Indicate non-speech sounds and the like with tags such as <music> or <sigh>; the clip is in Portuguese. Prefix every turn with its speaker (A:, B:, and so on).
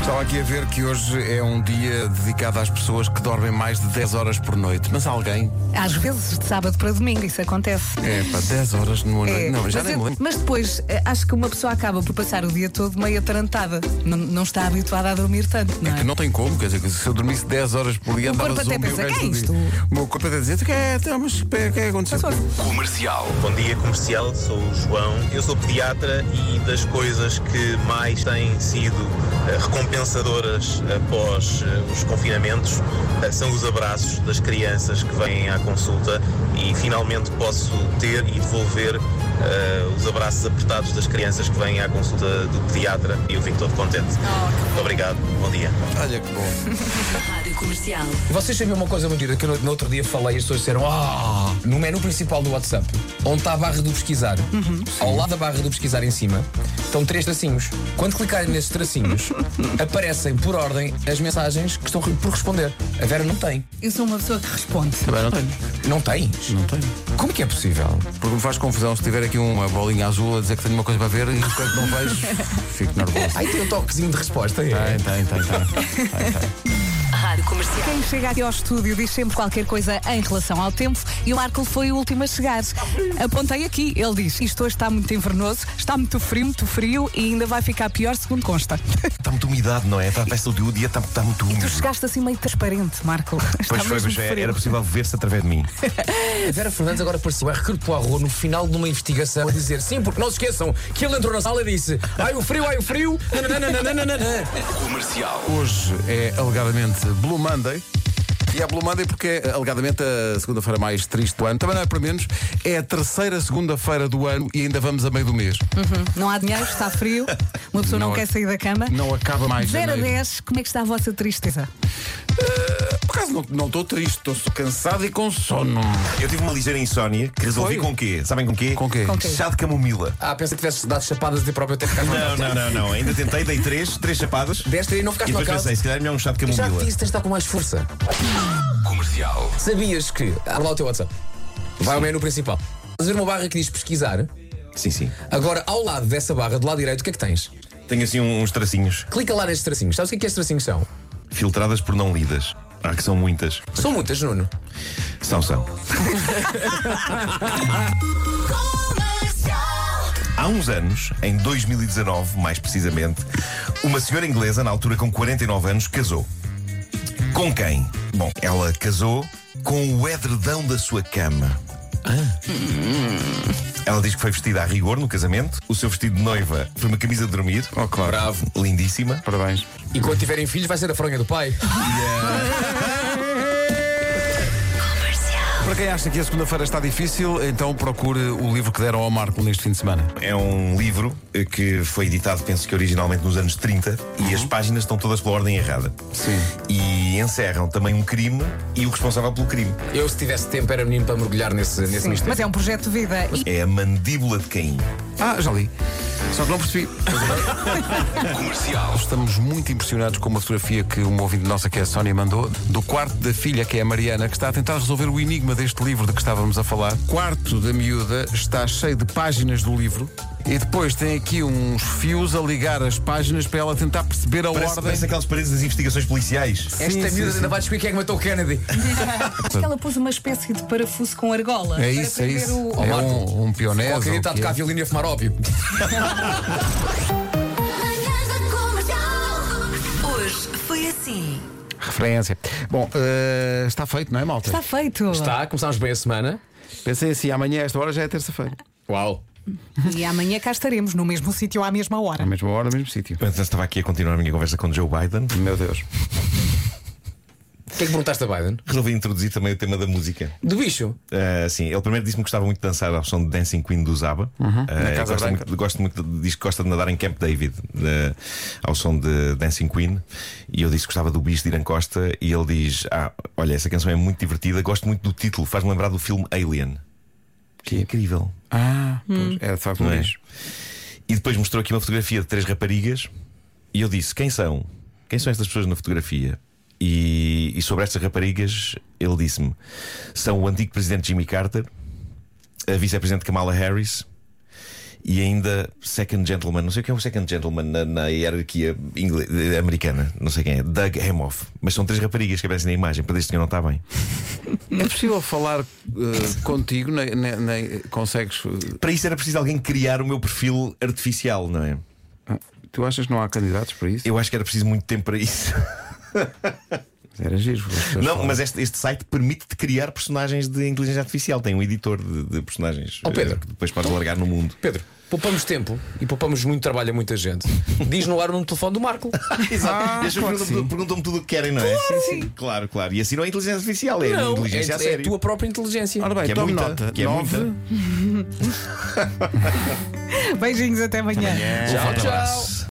A: Estava aqui a ver que hoje é um dia dedicado às pessoas que dormem mais de 10 horas por noite. Mas alguém.
B: Às vezes, de sábado para domingo, isso acontece.
A: É, pá, 10 horas numa noite.
B: É,
A: Não, já
B: mas,
A: nem
B: eu-
A: me lembro.
B: mas depois eh, acho que uma pessoa acaba por passar o dia todo meio atarantada. Não, não está habituada a dormir tanto, não é?
A: Que não tem como, quer dizer, que se eu dormisse 10 horas por dia,
B: O
A: andava
B: corpo até
A: zumbi o
B: pensa,
A: resto
B: "Que é
A: do
B: isto?"
A: dia. O meu corpo até dizia, que é, então, mas espera, o que é que aconteceu?
C: Comercial.
D: Bom dia comercial, sou o João. Eu sou pediatra e das coisas que mais têm sido eh, recompensadoras após eh, os confinamentos eh, são os abraços das crianças que vêm à consulta e finalmente posso ter e devolver eh, os abraços apertados das crianças que vêm à consulta do pediatra e eu fico todo contente. Muito obrigado, bom dia.
A: Olha que bom.
E: Rádio Comercial.
C: Vocês sabiam uma coisa mentira que eu no, no outro dia falei e as pessoas disseram ah, no menu principal do WhatsApp, onde está a barra do pesquisar, ao lado da barra do pesquisar em cima, estão três tracinhos. Quando clicarem nesses <laughs> tracinhos, aparecem por ordem as mensagens que estão por responder. A Vera não tem.
B: Eu sou uma pessoa que responde.
A: Também não tenho.
C: Não tens?
A: Não tenho.
C: Como que é possível?
A: Porque me faz confusão se tiver aqui uma bolinha azul a dizer que tenho uma coisa para ver e enquanto não
B: <laughs>
A: vejo, fico nervoso.
C: Aí tem um toquezinho de resposta. é?
A: Tem, tem, tem, tem. tem, tem.
E: Rádio Comercial.
B: Quem chega aqui ao estúdio diz sempre qualquer coisa em relação ao tempo e o Marco foi o último a chegar. Apontei aqui, ele diz: Isto hoje está muito invernoso, está muito frio, muito frio e ainda vai ficar pior, segundo consta.
F: Está muito umidade, não é? Está, parece que o dia está, está muito úmido.
B: Tu chegaste assim meio transparente, Marco. <laughs> Está
F: Uhum. Pois foi,
B: mesmo
F: pois foi.
B: frio.
F: Era possível ver-se através de mim.
C: A Vera Fernandes agora apareceu a recruto para o Arro no final de uma investigação a dizer sim, porque não se esqueçam que ele entrou na sala e disse ai o frio, ai o frio, nananana.
A: Hoje é alegadamente Blue Monday. E é Blue Monday porque é alegadamente a segunda-feira mais triste do ano. Também não é para menos. É a terceira segunda-feira do ano e ainda vamos a meio do mês.
B: Hum, Não há dinheiro, está frio, uma pessoa não,
A: Não é-
B: quer sair da cama.
A: Não acaba mais.
B: 0 a
A: janeiro.
B: 10, como é que está a vossa tristeza?
A: Por acaso não- não estou triste, estou cansado e com sono.
F: Eu tive uma ligeira insónia que resolvi
A: Foi?
F: com o quê? Sabem com o quê?
A: Com quê?
B: Com quê?
F: Chá de camomila.
C: Ah, pensei que tivesse dado chapadas de ti próprio até ficar
F: Não, não, não, não. Ainda tentei, dei três, três chapadas.
C: Desta aí não ficaste
F: e depois
C: mal
F: pensei, se calhar é melhor um chá de
C: Já te
F: camomila.
C: disse, tens de estar com mais força.
D: Comercial.
C: Sabias que. Abre lá o teu WhatsApp. Vai ao menu principal. Estás a ver uma barra que diz pesquisar.
F: Sim, sim.
C: Agora, ao lado dessa barra, do lado direito, o que é que tens?
F: Tenho assim uns tracinhos
C: Clica lá nestes tracinhos. Sabes o que é que estes tracinhos são?
F: filtradas por não lidas. Ah, que são muitas.
C: São muitas, Nuno.
F: São, são. Há uns anos, em 2019, mais precisamente, uma senhora inglesa, na altura com 49 anos, casou. Com quem? Bom, ela casou com o edredão da sua cama.
A: Ah.
F: Ela diz que foi vestida a rigor no casamento. O seu vestido de noiva foi uma camisa de dormir.
A: Oh, claro.
F: Bravo. Lindíssima.
A: Parabéns.
C: E quando tiverem filhos, vai ser a fronha do pai.
A: Para quem acha que a segunda-feira está difícil, então procure o livro que deram ao Marco neste fim de semana.
F: É um livro eh, que foi editado, penso que originalmente nos anos 30,
A: Uhum.
F: e as páginas estão todas pela ordem errada.
A: Sim.
F: E encerram também um crime e o responsável pelo crime.
C: Eu, se tivesse tempo, era menino para mergulhar nesse, nesse
B: Sim,
C: mistério.
B: mas é um projeto de vida. E
F: É a mandíbula de Caim.
A: Ah, já li. Só que não percebi. Comercial. Estamos muito impressionados com uma fotografia que uma ouvinte nossa, que é a Sónia, mandou do quarto da filha, que é a Mariana, que está a tentar resolver o enigma deste livro de que estávamos a falar. O quarto da miúda está cheio de páginas do livro e depois tem aqui uns fios a ligar as páginas para ela tentar perceber a
F: Parece,
A: ordem.
F: parece aquelas paredes das investigações policiais.
C: Esta
A: Sim,
C: miúda
A: sim, sim.
C: ainda vai descobrir quem é que matou o Kennedy.
B: acho que ela pôs uma espécie de parafuso com argola.
A: É isso, é isso.
C: Ó,
A: é
C: Marco,
A: um, um pionés.
C: Qualquer dia está a tocar violino e a fumar ópio.
E: Hoje foi assim.
A: Referência. Bom, eh, está feito, não é, malta?
B: Está feito.
C: Está, Tá, começámos bem a semana.
A: Pensei assim, amanhã a esta hora já é terça-feira.
C: Uau.
B: E amanhã cá estaremos, no mesmo sítio, à mesma hora.
A: À mesma hora, no mesmo sítio.
F: Eu estava aqui a continuar a minha conversa com Joe Biden.
A: Meu Deus.
C: O que é que perguntaste a Biden?
F: Resolvi introduzir também o tema da música.
C: Do bicho.
F: Ah, sim, ele primeiro disse-me que gostava muito de dançar ao som de Dancing Queen do Zaba. Ah,
A: Uhum. Na Casa
F: gosta
A: Branca.
F: muito, gosto muito de- diz que gosta de nadar em Camp David de- ao som de Dancing Queen. E eu disse que gostava do bicho de Irã Costa. E ele diz: Ah, olha, essa canção é muito divertida. Gosto muito do título, faz-me lembrar do filme Alien. Que é incrível.
A: Ah, pois, é de facto um
F: Não é?
A: lixo.
F: E depois mostrou aqui uma fotografia de três raparigas e eu disse: Quem são? Quem são estas pessoas na fotografia? E, e sobre estas raparigas, ele disse-me: São o antigo presidente Jimmy Carter, a vice-presidente Kamala Harris e ainda Second Gentleman, não sei o que é um Second Gentleman na, na hierarquia ingle- eh, americana, não sei quem é, Doug Emhoff. Mas são três raparigas que aparecem na imagem, para dizer que não está bem.
A: É possível falar eh, contigo, nem, nem- nem- consegues. eh,
F: Para isso era preciso alguém criar o meu perfil artificial, não é?
A: Tu achas que não há candidatos para isso?
F: Eu acho que era preciso muito tempo para isso. <laughs>
A: Era giro. as pessoas
F: Não,
A: falam.
F: mas este, este site permite-te criar personagens de inteligência artificial. Tem um editor de, de personagens
C: Oh, Pedro.
F: eh, que depois podes largar no mundo.
C: Pedro, poupamos tempo e poupamos muito trabalho a muita gente. Diz no ar o número de telefone do Marco.
F: Exato.
A: Ah,
F: e as
A: claro
F: pessoas
A: que
F: perguntam-me,
A: sim.
F: perguntam-me tudo o que querem, não é? Claro, sim, sim. Claro, claro. E assim não é inteligência artificial, é inteligência
C: é,
F: a
C: é
F: sério.
C: a tua própria inteligência.
A: Ora bem,
F: que é
A: tome
F: muita,
A: nota.
F: que é
A: nove.
F: muita.
A: Uhum.
B: Beijinhos, até amanhã.
F: Um forte abraço.